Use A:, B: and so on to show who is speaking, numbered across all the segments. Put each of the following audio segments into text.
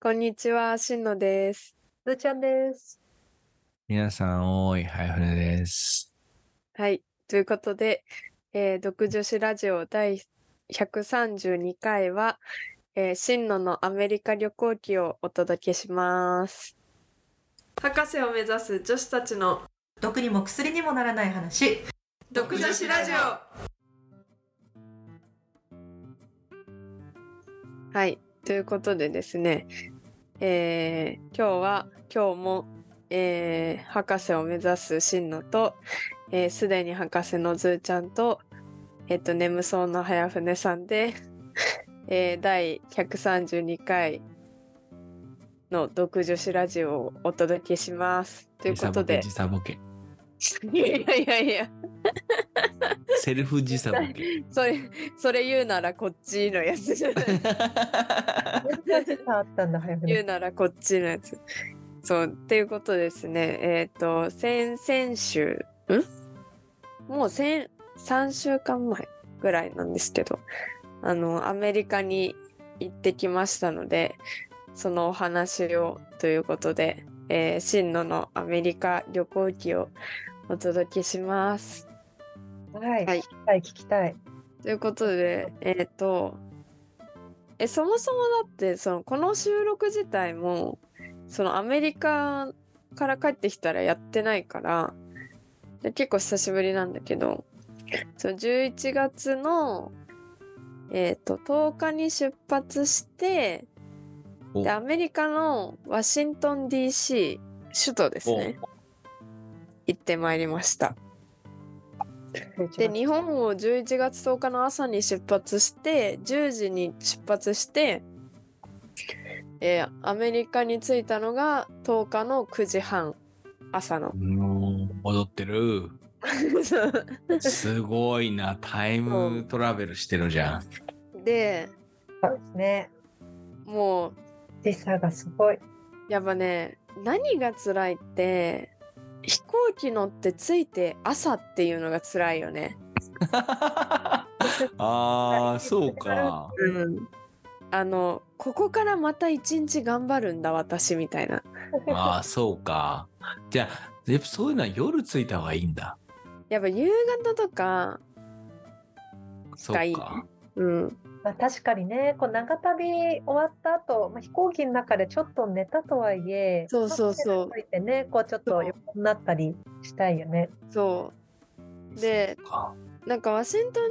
A: こんにちは、しんのです。
B: るーちゃんです。
C: 皆さん、おーい、ハイフネです。
A: はい、ということで、えー、独女子ラジオ第132回は、えー、しんののアメリカ旅行記をお届けします。博士を目指す女子たちの
B: 毒にも薬にもならない話。
A: 独
B: 女子ラジ
A: オ。はい、ということでですね、えー今日は今日も、えー博士を目指すしんのと、えーすでに博士のずーちゃんと、えっ、と眠そうな早船さんで、えー、第132回の独女子ラジオをお届けします。ということで
C: 時、差ボケ。
A: いやいやいやいや。
C: 時差ボケセルフ時差ボケ。
A: それ、それ言うならこっちのやつじゃない。
B: あったんだ、早く
A: 言うならこっちのやつ。そう、っていうことですね。えっ、と、先々週、んもう先、3週間前ぐらいなんですけど、あの、アメリカに行ってきましたので、そのお話をということで、えー、真野のアメリカ旅行記をお届けします。
B: はい、
A: はい
B: 聞きたい、聞きたい。
A: ということで、えっ、と、え、そもそもだって、その、この収録自体も、その、アメリカから帰ってきたらやってないから、で結構久しぶりなんだけど、その、11月の、えっ、と、10日に出発して、
C: お
A: で、アメリカのワシントン DC、首都ですね、行ってまいりました。で日本を11月10日の朝に出発して10時に出発して、えーアメリカに着いたのが10日の9時半朝の
C: おうん踊ってる。すごいな、タイムトラベルしてる じゃん。
A: で
B: そうですね。
A: もう
B: 時差がすごい。
A: やっぱね何が辛いって飛行機乗って着いて朝っていうのが辛いよね。
C: ああ、そうか。
A: うん、あのここからまた一日頑張るんだ私みたいな。
C: ああ、そうか。じゃあ、やっぱそういうのは夜着いた方がいいんだ。
A: やっぱ夕方とか
C: そう
A: がいい
C: か。
A: うん、
B: まあ、確かにね、こう長旅終わった後、まあ、飛行機の中でちょっと寝たとはいえ。
A: そうそうそう
B: まあホテルに着いてね、こうちょっと横になったりしたいよね。
A: そうで
C: そうか
A: なんかワシントン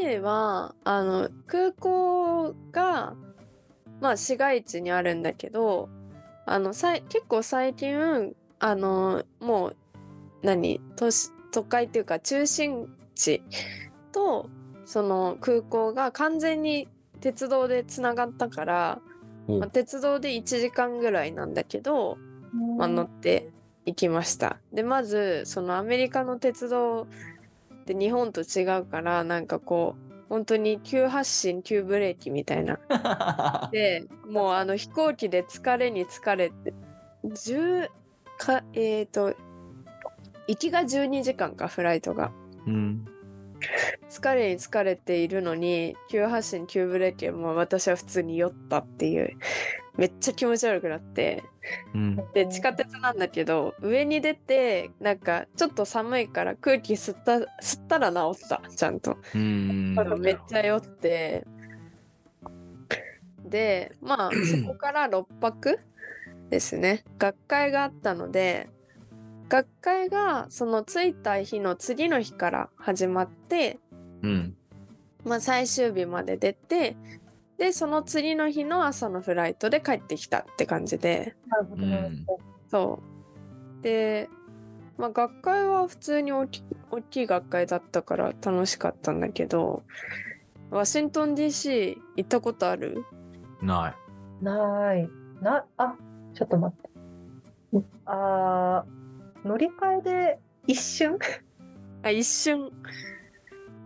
A: DC はあの空港がまあ市街地にあるんだけどあのさい結構最近あのもう何都市都会っていうか中心地とその空港が完全に鉄道でつながったから、
C: お
A: まあ鉄道で1時間ぐらいなんだけど、まあ、乗って行きました。でまずそのアメリカの鉄道って日本と違うからなんかこう本当に急発進急ブレーキみたいな。でもうあの飛行機で疲れに疲れて10かえっ、と行きが12時間かフライトが。
C: うん。
A: 疲れに疲れているのに急発進急ブレーキもう私は普通に酔ったっていうめっちゃ気持ち悪くなって。
C: うん。
A: で地下鉄なんだけど上に出てなんかちょっと寒いから空気吸った吸ったら治ったちゃんと
C: うん。
A: めっちゃ酔ってで まあそこから6泊ですね学会があったので学会がその着いた日の次の日から始まって、
C: うん。
A: まあ、最終日まで出てでその次の日の朝のフライトで帰ってきたって感じで。
B: なるほどなるほど
A: そう。で、まあ、学会は普通に大き大きい学会だったから楽しかったんだけど、ワシントン DC 行ったことある
C: ない。
B: ない。な、あ、ちょっと待って。あー乗り換えで一瞬
A: あ、一瞬。
C: じ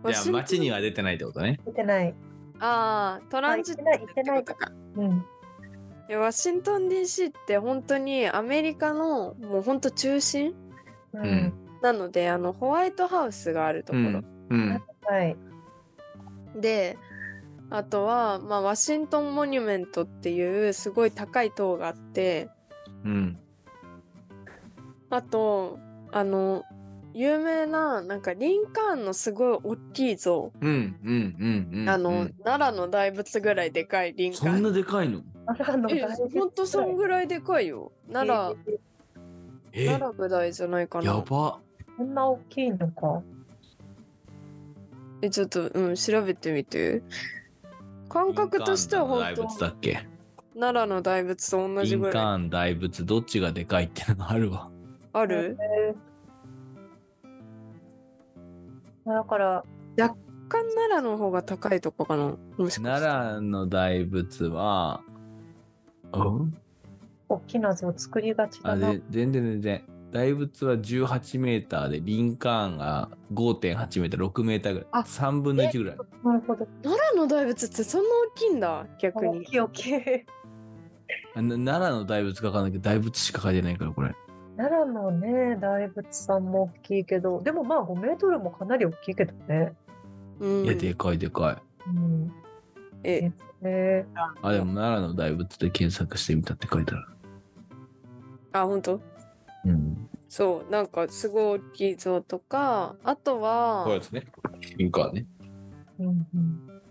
C: ゃあ、街に
A: は
C: は出てないってことね。
B: 見てない。
A: ああ、トランジット
B: あ行ってない
A: ってことか。
B: うん。
A: いやワシントン DC って本当にアメリカのもう本当中心
B: う。
C: うんん。
A: なので、あの、ホワイトハウスがあると
C: う
A: ころ。
C: ん。うん。
B: はい。
A: であとは、まあ、ワシントンモニュメントっていうすごい高い塔があって
C: うん。
A: あとあの有名ななんかリンカーンのすごい大きい像、
C: うん。うん。うん。うん。
A: あ
C: う
A: の
C: ん
A: 奈良の大仏ぐらいでかいリンカ
C: そ
A: ーン
C: んなでかいの
B: 奈良の
A: え
B: 大仏
A: ほんとそんぐらいでかいよ奈良、
B: えー
C: え、
A: 奈良ぐらいじゃないか
C: や
A: な
C: ば。
B: こんな大きいのか。
A: えちょっとうん調べてみて感覚としては本当
C: リンカーンの大仏だっけ
A: 奈良の大仏と同
C: リ
A: じ
C: ン
A: ぐ
C: カ
A: らい
C: ーン大仏どっちがでかいってのがあるわ。
A: ある
B: えーだから、
A: 一貫奈良の方が高いとこかなもしかして
C: 奈良の大仏は、うん、
B: 大きな図を作りがちだ
C: あ
B: な。
C: で全然全然。大仏は18メーターで、リンカーンが5.8メーター、6メーターぐらい。
A: あ
C: 3分の1ぐらい。
B: なるほど。
A: 奈良の大仏ってそんな大きいんだ逆
B: 大
A: に
B: きい大きい。
C: あな奈良の大仏書かなきゃ大仏しか書いてないから、これ。
B: 奈良のね、大仏さんも大きいけど、でもまあ5メートルもかなり大きいけどね。
A: うん
C: いや、でかいでかい。
B: うん。
A: え
B: ね、
C: あ、でも奈良の大仏で検索してみたって書いてある。
A: あ本当
C: うん。
A: そうなんかすごい大きい像とかあとは、
C: ですね。リンカーンね。
B: うんうん。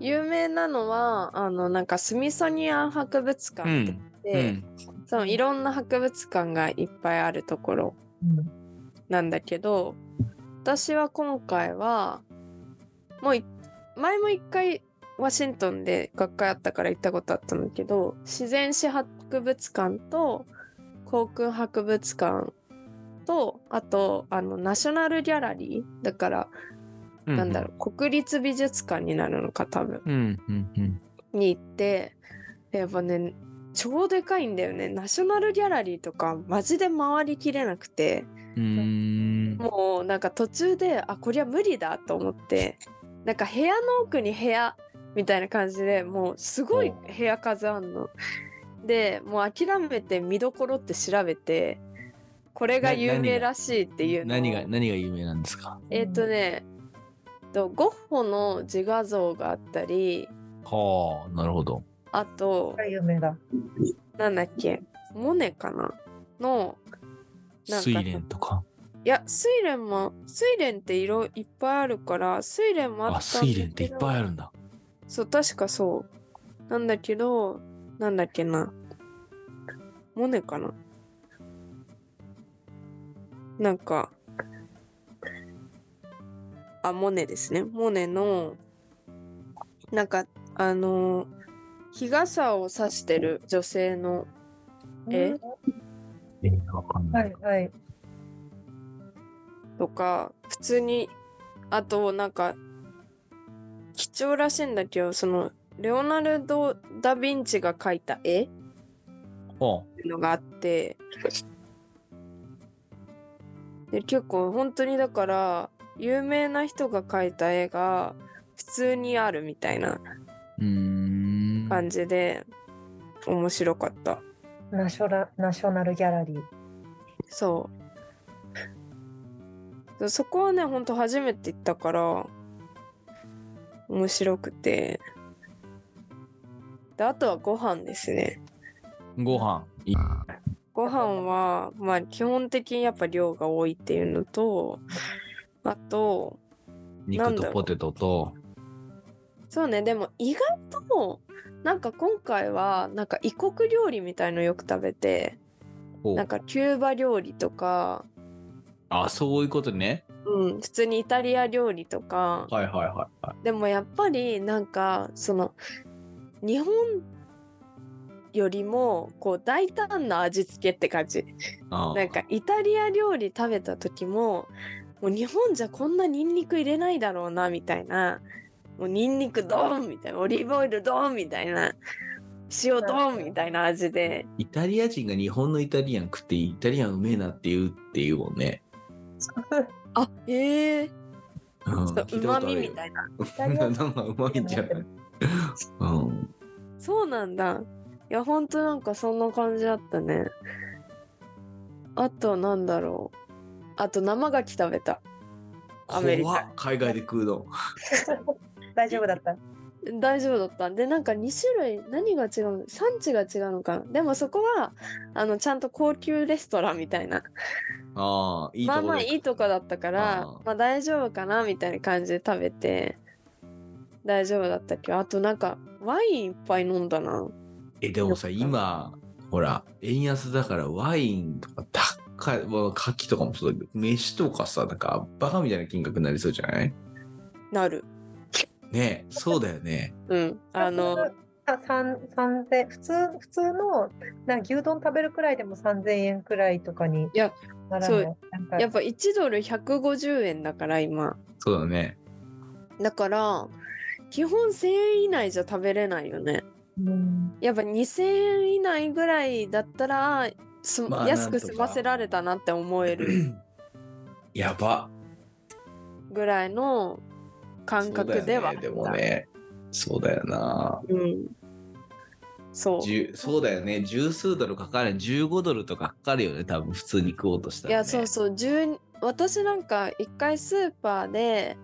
A: 有名なのはあのなんかスミソニアン博物
C: う
A: 館って
C: ん。う
A: 言って、
C: ん。
A: そのいろんな博物館がいっぱいあるところ
B: うん。
A: なんだけど私は今回はもうい前も一回ワシントンで学会あったから行ったことあったんだけど自然史博物館と航空博物館とあとあのナショナルギャラリーだから、なんだろう国立美術館になるのか多分
C: う。うん。うん。うん。
A: に行ってやっぱね超でかいんだよねナショナルギャラリーとかマジで回りきれなくて
C: うーん。
A: もうなんか途中であこりゃ無理だと思ってなんか部屋の奥に部屋みたいな感じでもうすごい部屋数あんの。でもう諦めて見どころって調べてこれが有名らしいっていうのを
C: 何が、何が有名なんですか
A: えっ、とねとゴッホの自画像があったり
C: はあ、なるほど。
A: あと、
B: が有名だ。
A: なんだっけモネかなのなんか
C: 睡蓮とか。
A: いや睡蓮も睡蓮って色いっぱいあるから睡蓮もあった
C: あ、睡蓮っていっぱいあ
A: る
C: るんだ。
A: そう確かそうなんだけどなんだっけなモネかななんかあモネですねモネのなんかあの日傘を差してる女性のえ
B: うん
C: えー、わかん
B: は
C: ない
B: い。はい。
A: とか普通にあとなんか貴重らしいんだけどそのレオナルド・ダ・ヴィンチが描いた絵っ
C: は
A: ていうのがあってで結構本当にだから有名な人が描いた絵が普通にあるみたいな
C: あ。うーん。
A: 感じで面白かった
B: ナショラナショナルギャラリ ー。
A: そうでそこはねほんと初めて行ったから面白くてであとはご飯ですね
C: ご飯。いい
A: ご飯はまあ基本的にやっぱ量が多いっていうのとあとな
C: 肉
A: んだろ
C: と
A: う
C: ポテトと。
A: そうねでも意外となんか今回はなんか異国料理みたいのよく食べて
C: ほう
A: なんかキューバ料理とか、
C: あ、そういうことね。
A: うん、普通にイタリア料理とか
C: はいはいはい。はい
A: でもやっぱりなんかその日本よりもこう大胆な味付けって感じ
C: あ
A: なんかイタリア料理食べた時ももう日本じゃこんなニンニク入れないだろうなみたいなもうニンニクドーンみたいなオリーブオイルドーンみたいな塩ドーンみたいな味で
C: イタリア人が日本のイタリアン食ってイタリアンうめえなって言うっていうもんね。
A: あええ
C: うん
A: うまみみ
C: い
A: たいな
B: たいな
C: なんかうまみじゃない。うん。
A: そうなんだ。いや、ほんとなんかそんな感じだったね。あと、なんだろう。あと、生牡蠣食べた。アメリカ
C: 怖っ海外で食うの。
B: 大丈夫だった。
A: 大丈夫だったでなんか2種類何が違うの産地が違うのかなでもそこはあのちゃんと高級レストランみたいな
C: ああ、いいと
A: ま
C: こ
A: あまあいいとこだったから
C: あー
A: まあ大丈夫かなみたいな感じで食べて大丈夫だったけどあとなんかワインいっぱい飲んだな
C: え、でもさ、
A: よかった
C: 今、ほら、円安だからワインとか高い、まあ、牡蠣とかもそうだけど、飯とかさ、なんかバカみたいな金額になりそうじゃない
A: なる
C: ねえ、そうだよね。
A: うんあの
B: あ三三千普通普通のなんか牛丼食べるくらいでも三千円くらいとかに
A: いや
B: なら
A: そ
B: な
A: う
B: い。なんか
A: やっぱ1ドル150円だから今
C: そうだね。
A: だから基本1000円以内じゃ食べれないよね
B: うん
A: やっぱ2000円以内ぐらいだったらす
C: まあ
A: 安く済ませられたなって思える
C: やば。
A: ぐらいの感覚ではあった
C: そうだよねでもね、そうだよな。
A: うん、そう
C: 十そうだよね。十数ドルかかる。15ドルとかかかるよね。多分普通に食おうとした
A: い
C: ら、ね。
A: やそうそう10私なんか一回スーパーで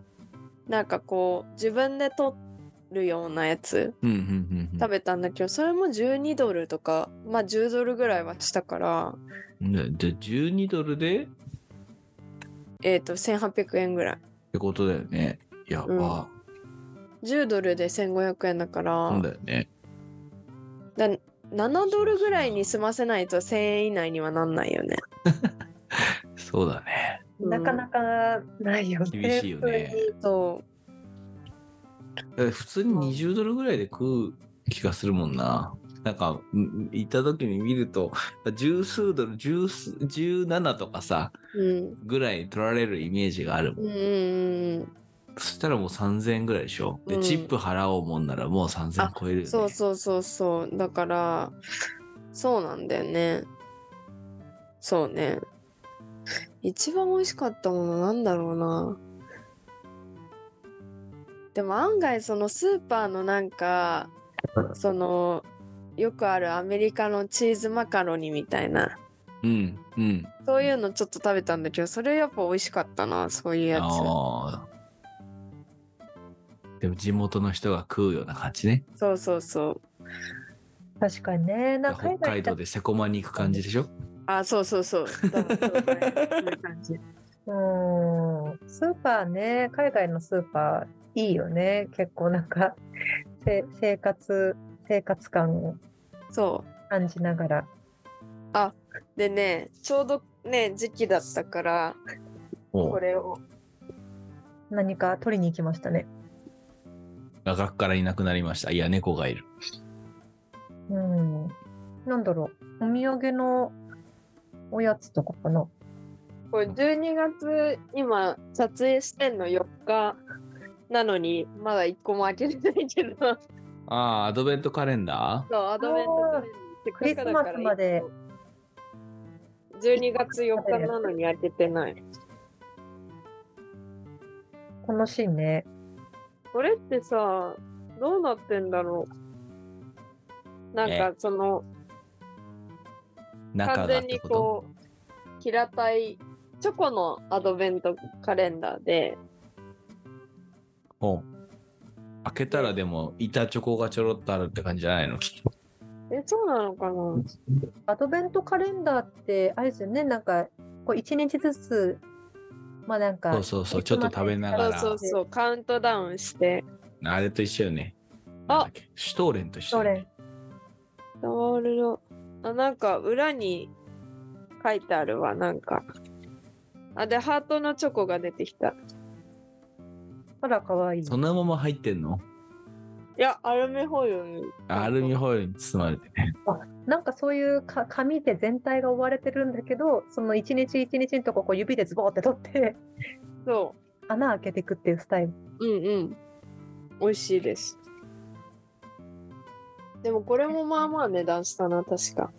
A: なんかこう自分で取るようなやつ
C: うん。うんうんうん。
A: 食べたんだけどそれも12ドルとかまあ10ドルぐらいはしたから
C: ねじゃあ12ドルでっ
A: えっ、と1800円ぐらい
C: てことだよね。やば。
A: 10ドルで1500円だから、
C: そうだよね。
A: だ7ドルぐらいに済ませないと1000円以内にはなんないよね。
C: そうだね。
B: なかなかないよね。
C: 厳しいよね
B: 普通
A: うん
B: に
A: そ
C: だから普通に20ドルぐらいで食う気がするもんな。なんか、うん行った時に見ると、十数ドル、十数、17とかさ、
A: う。うん。
C: ぐらい取られるイメージがあるもん
A: うんうんうん
C: そしたらもう3000円ぐらいでしょ。で、
A: うん
C: チップ払おうもんならもう3000円超えるよ、
A: うん。
C: ね。
A: そうそうそうそう。だから、そうなんだよね。そうね。一番美味しかったものなんだろうな。でも案外そのスーパーのなんか、その、よくあるアメリカのチーズマカロニみたいな。
C: うん、うん。
A: そういうのちょっと食べたんだけど、それやっぱ美味しかったな、そういうやつ。
C: あーでも地元の人が食うような感じね。
A: そうそうそう。
B: 確かにね。なんか
C: 北海
B: だ
C: 道でセコマに行く感じでしょ。
A: あ、そうそうそう。だからそうだねそういう感じ
B: うんスーパーね、海外のスーパーいいよね。結構なんかせ生活生活感を
A: そ
B: 感じながら。
A: う。でね、ちょうどね、時期だったから、
C: も
A: これを。
B: 何か取りに行きましたね。
C: う、画角からいなくなりました。いや、猫がいる。
B: うん。なんだろう。お土産のおやつとかかな。
A: これ12月、今、撮影してんの4日なのに、まだ1個も開けてないけど、
C: ああ、アドベントカレンダ
A: そう、アドベントカレンダーせっかくだから
B: クリスマスまで。
A: 12月4日なのに開けてない。
B: 楽しいね。
A: これってさ、どうなってんだろう。なんかその、
C: ー中
A: 完
C: がっ
A: 全に
C: てこと
A: こう、平たい、チョコのアドベントカレンダーで、
C: おう開けたらでも板チョコがちょろっとあるって感じじゃないの
A: え、そうなのかな
B: アドベントカレンダーって、あれですよね。なんか、こう一日ずつ、まあなんか、
C: そうそうそうちょっと食べながら
A: そうそうそう、カウントダウンして、
C: あれと一緒よね。
A: あ
C: なんだっけシュトーレンと一緒よね、
A: ロールの、あ、なんか裏に書いてあるわ、なんか。あ、で、ハートのチョコが出てきた。い
B: あら、かわいい。
C: そのまま入ってんの
A: や、アルミホイルに。
C: アルミホイルに包まれてね。
B: なんかそういうか紙で全体が覆われてるんだけど、その一日一日のとここう指でズボーって取って、
A: そ
B: 穴開けていくっていうスタイル。
A: う。うんうん。美味しいです。でもこれもまあまあ値段したな、確か。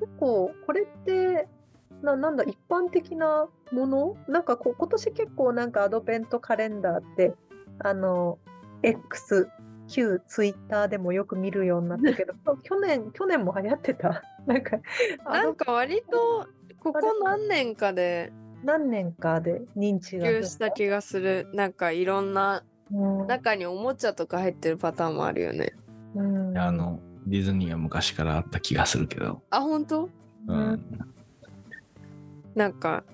B: 結構、これって、ななんだ、一般的なものなんかこう、今年結構なんかアドベントカレンダーって、あの、X、Q、ツイッターでもよく見るようになったけど、 去年、去年も 流行ってた。なんか、
A: なんか割と、ここ何年かで、
B: 何年かで認知が
A: 普及した気がするなんかいろんな
B: うん
A: 中におもちゃとか入ってるパターンもあるよね
B: うん
C: あのディズニーは昔からあった気がするけど、
A: あ本当
C: う
B: うん
C: ん、
A: なんか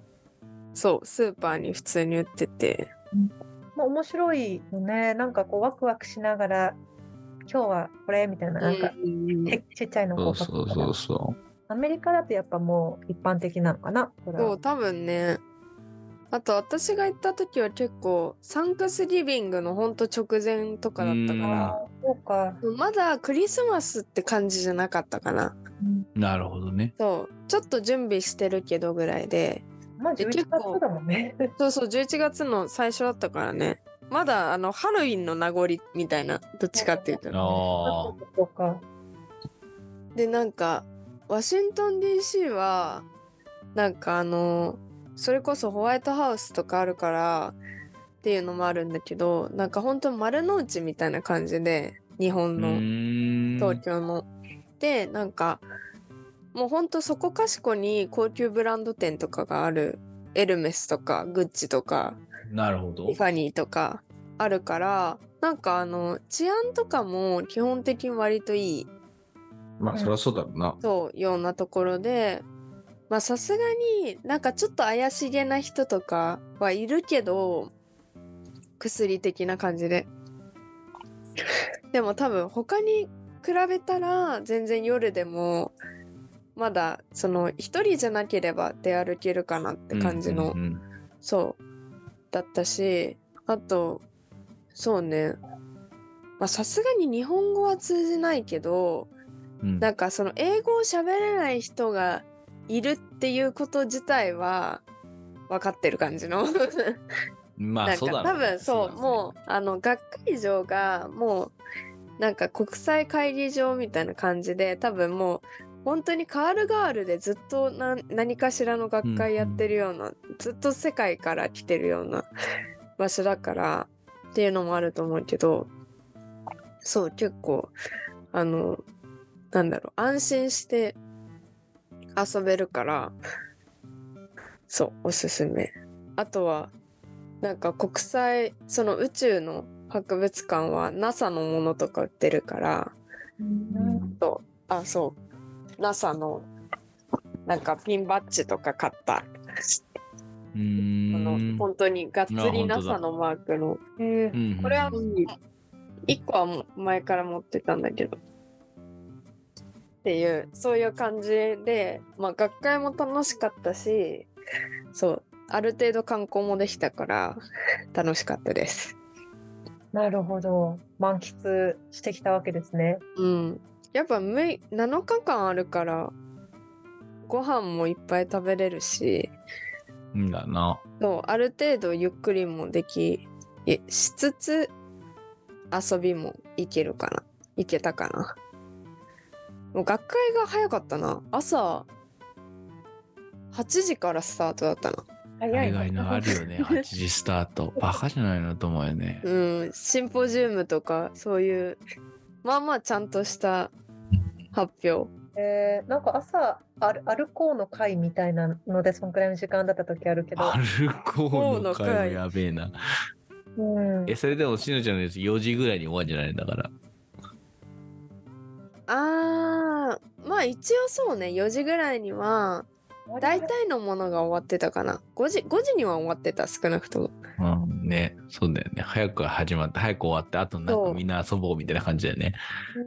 A: そうスーパーに普通に売ってて
B: まあ、面白いよねなんかこうワクワクしながら今日はこれみたいななんか、
A: うんうんうん
B: ちちっちゃいの
C: そ
B: こ
C: うそうそうそう
B: アメリカだとやっぱもう一般的なのかなそれ
A: そ
B: は
A: う多分ねあと私が行った時は結構サンクスギビングのほんと直前とかだったから
B: あーそうか、
A: まだクリスマスって感じじゃなかったかな
C: なるほどね
A: そうちょっと準備してるけどぐらいで
B: まあ
A: で
B: 11
A: 結構
B: 月だもんね
A: そうそう11月の最初だったからねまだあのハロウィンの名残みたいなどっちかっていうと
C: あ
B: そうか
A: でなんかワシントン DC はなんかあのそれこそホワイトハウスとかあるからっていうのもあるんだけどなんか本当丸の内みたいな感じで日
C: あ
A: 本の東
C: 東
A: 京の。でなんかもうほんとそこかしこに高級ブランド店とかがあるエルメスとかグッチとか
C: なるほ
A: テ
C: ど
A: ィファニーとかあるからなんかあの治安とかも基本的に割といい
C: まあそりゃそうだろうな
A: そうようなところでまあさすがになんかちょっと怪しげな人とかはいるけど薬的な感じででも多分他に比べたら全然夜でもまだその一人じゃなければ出歩けるかなって感じの、
C: うんうんうん
A: そうだったしあとそうねまあさすがに日本語は通じないけど
C: うん
A: なんかその英語を喋れない人がいるっていうこと自体は分かってる感じの
C: ま
A: な
C: あ
A: ん
C: そ
A: か
C: うだろ
A: 多
C: うね
A: 分そうもうあの学会場がもうなんか国際会議場みたいな感じで多分もう本当にカールガールでずっとな何かしらの学会やってるような、ずっと世界から来てるような場所だからっていうのもあると思うけどそう結構あのなんだろう安心して遊べるからそうおすすめあとはなんか国際その宇宙の博物館は NASA のものとか売ってるから
C: うん
A: あそう NASA のなんかピンバッジとか買った
C: う
A: この
C: ん
A: 本当にがっつ
C: あ
A: り
C: 本当だ
A: NASA のマークの
B: えー
A: これは
C: うん
A: 1個はもう前から持ってたんだけどっていうそういう感じで、まあ、学会も楽しかったしそうある程度観光もできたから楽しかったです。
B: なるほど満喫してきたわけですね
A: うん、やっぱむい7日間あるからご飯もいっぱい食べれるし
C: うんだな
A: そうある程度ゆっくりもできえしつつ遊びもいけるかな行けたかなもう学会が早かったな朝8時からスタートだったな
B: 早
C: 海
B: いね
C: 外のあるよね8時スター トバカじゃないのと思うよね
A: うんシンポジウムとかそういうまあまあちゃんとした発表
B: えーなんか朝ある歩こうの会みたいなのでそんくらいの時間だった時あるけど、
C: 歩こうの会もやべえな
B: うん、
C: えそれでもしのちゃんのやつ4時ぐらいに終わるんじゃないんだから
A: あーまあ一応そうね4時ぐらいには大体のものが終わってたかな5時 ,5 時には終わってた少なくとも
C: うんねそうだよね早く始まって早く終わってあとなん
A: そ
C: か
A: う
C: みんな遊ぼうみたいな感じだよね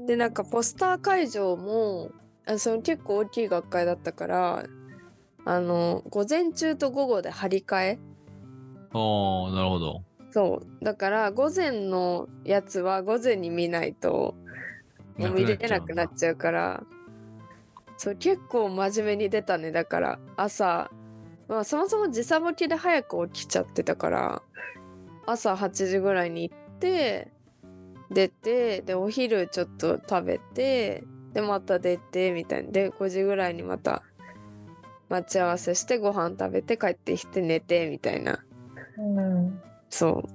A: でなんかポスター会場もあその結構大きい学会だったからあの午前中と午後で張り替え
C: おーなるほど
A: そうだから午前のやつは午前に見ないともう見れなくなっちゃうからそう結構真面目に出たねだから朝、まあ、そもそも時差ボケで早く起きちゃってたから朝8時ぐらいに行って出てでお昼ちょっと食べてでまた出てみたいなで5時ぐらいにまた待ち合わせしてご飯食べて帰ってきて寝てみたいな
B: うん
A: そう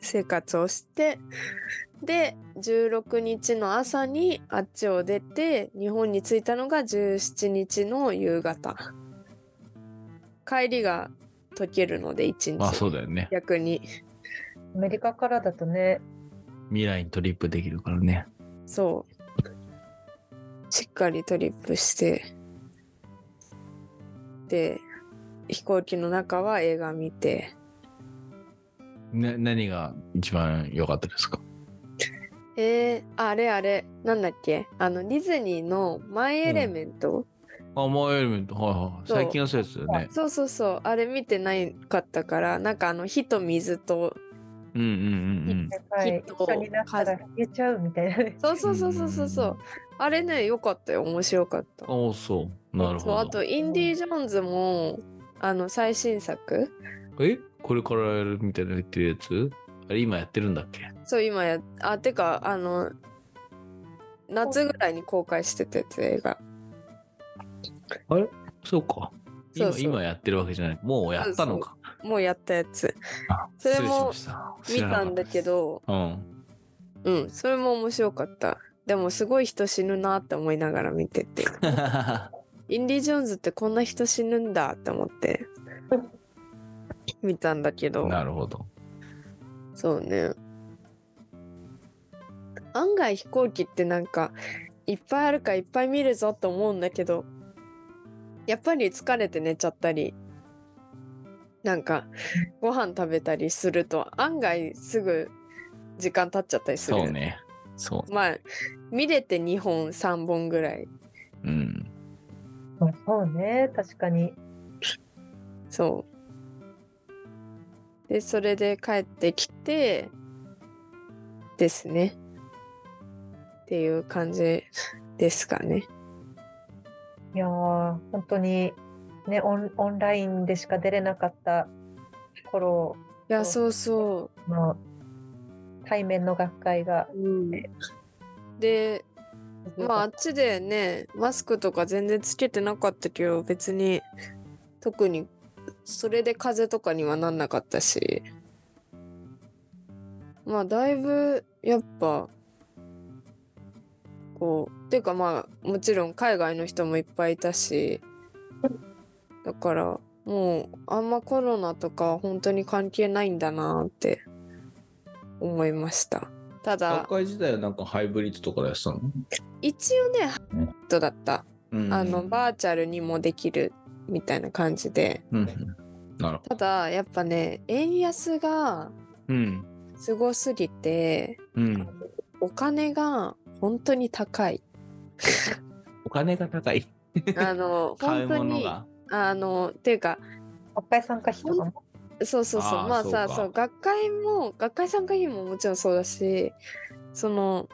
A: 生活をしてで16日の朝にあっちを出て日本に着いたのが17日の夕方帰りが解けるので一
C: まあ
A: 日
C: そうだよね。
A: 逆に
B: アメリカからだとね、
C: 未来にトリップできるからね。
A: そうしっかりトリップしてで飛行機の中は映画見て
C: な何が一番良かったですか
A: えー、あれあれなんだっけあのディズニーの「マイ・エレメント」
C: あ、マイエレメント。はいはい。
A: そう
C: 最近のやつだよね。
A: そうそうそうあれ見てないかったからなんかあの火と水と
C: うんうんうんうん。
B: はい、
A: きっと
B: 一緒になったら消えちゃうみたいなね。
A: そうそうそうそうそうそう
C: うん
A: あれね良かったよ面白かった
C: ああ、そう。なるほ
A: そう
C: ど。
A: あと「インディ・ジョーンズも」あの最新作
C: えこれからやるみたいな言ってるやつあれ今やってるんだっけ
A: そう今やあてかあの夏ぐらいに公開してたやつ映画
C: そうか。今
A: そうそう
C: 今やってるわけじゃない。もうやったのか。
A: もうやったやつ
C: あ
A: それも
C: 失礼しました
A: 見
C: 知らなか
A: た
C: った
A: んだけど
C: うん。
A: うんそれも面白かったでもすごい人死ぬなって思いながら見ててインディ・ジョーンズってこんな人死ぬんだって思って見たんだけ ど
C: なるほど。
A: そうね案外飛行機ってなんかいっぱいあるからいっぱい見るぞと思うんだけどやっぱり疲れて寝ちゃったりなんかご飯食べたりすると案外すぐ時間経っちゃったりする
C: そうね。そ。
A: まあ見れて2本3本ぐらいう
C: うん。
B: まあそうね、確かに。
A: そうでそれで帰ってきてですねっていう感じですかね
B: いやー、本当に、ね、オンオンラインでしか出れなかった頃
A: いやそうそ
B: の対面の学会が
A: う、、でまああっちでねマスクとか全然つけてなかったけど別に特にそれで風邪とかにはなんなかったしまあだいぶやっぱこうてかまあもちろん海外の人もいっぱいいたしだからもうあんまコロナとかは本当に関係ないんだなって思いましたただ
C: 学会自体はなんかハイブリッドとかでやってたの
A: 一応ねハイブリッドだった
C: うん
A: あのバーチャルにもできるみたいな感じで
C: うん。なるほど。
A: ただやっぱね円安が
C: うん。
A: すごすぎて
C: うん。
A: お金が本当に高い
C: お金が高い。
A: あの 本
C: 買う
A: 当
C: もの
A: に
C: が。
A: あのっていうか
B: 学会参加費とかも。
A: そうそうそう
C: あー
A: まあさ
C: そう
A: そ
C: か
A: う学会も学会参加費ももちろんそうだしその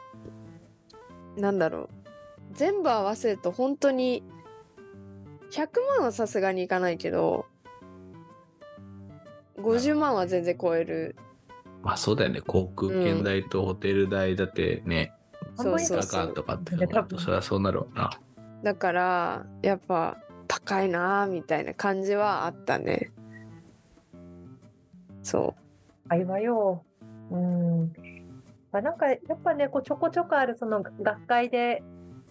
A: なんだろう全部合わせると本当に100万はさすがにいかないけど50万は全然超える
C: まあそうだよね。航空券代とホテル代だってね、
A: そうそう
C: あ
A: そ
C: かん
A: う
C: とかって思うと、それはそうなるわな。
A: だからやっぱ高いなあみたいな感じはあったねそう
B: あいわよ。うん。まあ、なんか、やっぱね、こうちょこちょこある、その学会で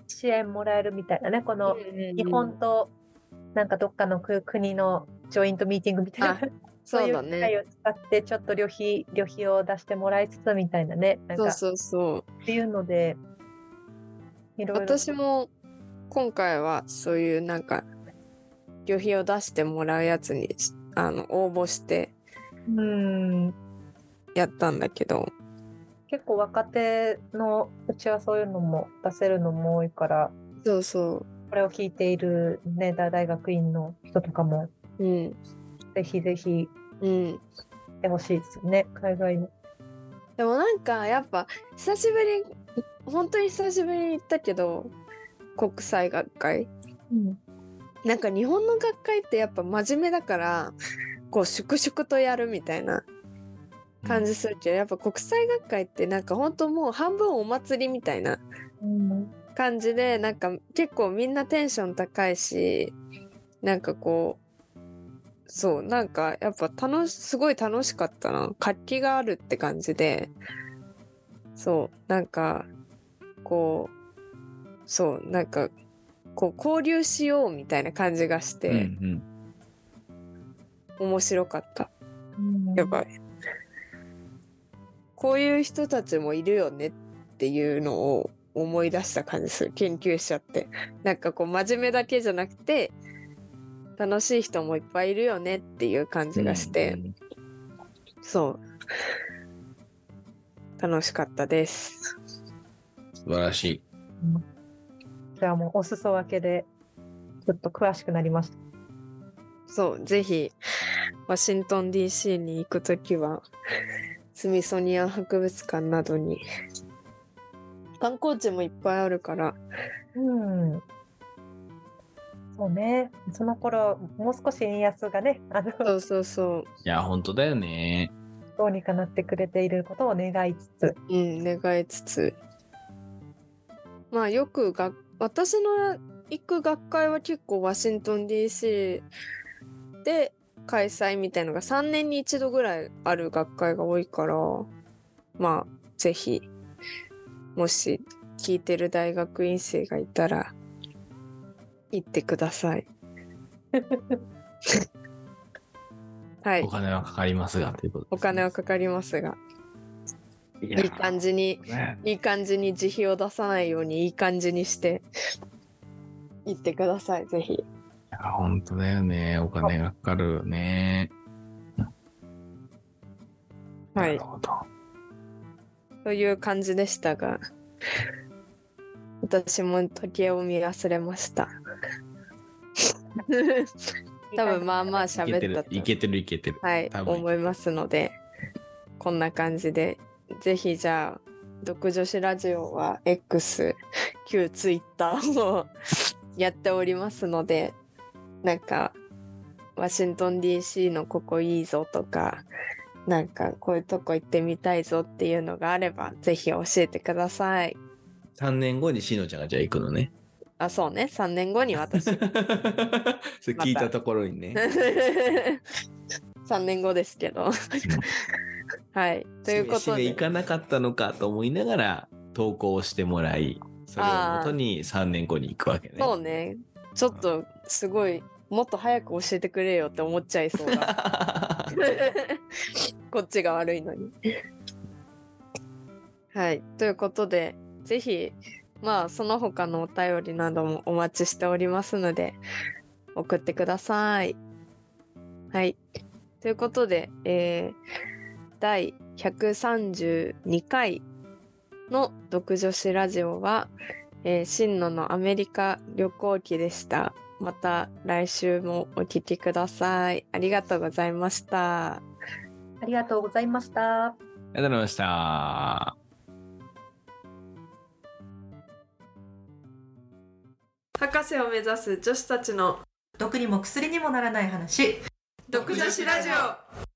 B: 支援もらえるみたいなね、この日本と、なんかどっかの国国のジョイントミーティングみたいな
A: あ。そうだ
B: 機会
A: ね
B: を使ってちょっと旅費旅費を出してもらいつつみたいなねなん
A: そう
B: か
A: そうそう
B: っていうのでいろいろ
A: 私も今回はそういうなんか旅費を出してもらうやつにしあの応募して
B: うん
A: やったんだけど
B: 結構若手のうちはそういうのも出せるのも多いから
A: そうそ
B: これを聞いている、ね、大大学院の人とかも
A: ううん
B: ぜひぜひ
A: うん
B: 来てほしいですよね海外に。
A: でもなんかやっぱ久しぶりに本当に久しぶりに行ったけど国際学会
B: うん
A: なんか日本の学会ってやっぱ真面目だからこう粛々とやるみたいな感じするけどやっぱ国際学会ってなんか本当もう半分お祭りみたいな
B: うん
A: 感じでなんか結構みんなテンション高いしなんかこうそうなんかやっぱ楽しすごい楽しかったな活気があるって感じでそうなんかこうそうなんかこう交流しようみたいな感じがして、
C: うんうん
A: 面白かった。やばい。こういう人たちもいるよねっていうのを思い出した感じする研究者ってなんかこう真面目だけじゃなくて楽しい人もいっぱいいるよねっていう感じがして、そう楽しかったです
C: 素晴らしい。
B: じゃあもうお裾分けでちょっと詳しくなりました。
A: そうぜひワシントン DC に行くときはスミソニアン博物館などに観光地もいっぱいあるから
B: うん。そうね。その頃もう少し円安がね、あの
A: そうそうそう
C: いや、本当だよね。
B: どうにかなってくれていることを願いつつ、
A: うん、願いつつまあよくが私の行く学会は結構ワシントン DC で開催みたいのが3年に一度ぐらいある学会が多いからまあぜひもし聞いてる大学院生がいたら行ってくださ い。はい
C: お金はかかりますが、ということ
A: お金はかかりますが
C: い
A: いい感じに
C: じ。ね
A: いい感じに自費を出さないようにいい感じにして行ってくださいぜひ
C: いや、本当だよね。お金がかかるよね。
A: は
C: ないるほど。
A: という感じでしたが私も時計を見忘れました多分まあまあ
C: いけて
A: 喋った
C: る、い
A: と
C: けてる、いけてる。
A: はい
C: 多分
A: 思いますのでこんな感じでぜひじゃあ独女子ラジオは X 旧 Twitter をやっておりますのでなんかワシントン DC のここいいぞとかなんかこういうとこ行ってみたいぞっていうのがあればぜひ教えてください
C: 3年後にしのちゃんがじゃあ行く のね。
A: あそうね3年後に 私
C: それ聞いたところにね。
A: 3年後ですけどはいということ
C: しめしめ
A: で
C: 行かなかったのかと思いながら投稿をしてもらい、それをもとに3年後に行くわけね。
A: そうね。ちょっとすごい、もっと早く教えてくれよって思っちゃいそうだ。 こっちが悪いのに。はい。ということで、ぜひ、まあ、その他のお便りなどもお待ちしておりますので、送ってください。はい。ということで、えー第132回の「独女子ラジオは」えー、真野のアメリカ旅行記でした。また来週もお聞きください。ありがとうございました。
B: ありがとうございました。
C: ありがとうございました。
A: 博士を目指す女子たちの
B: 毒にも薬にもならない話。
A: 独女子ラジオ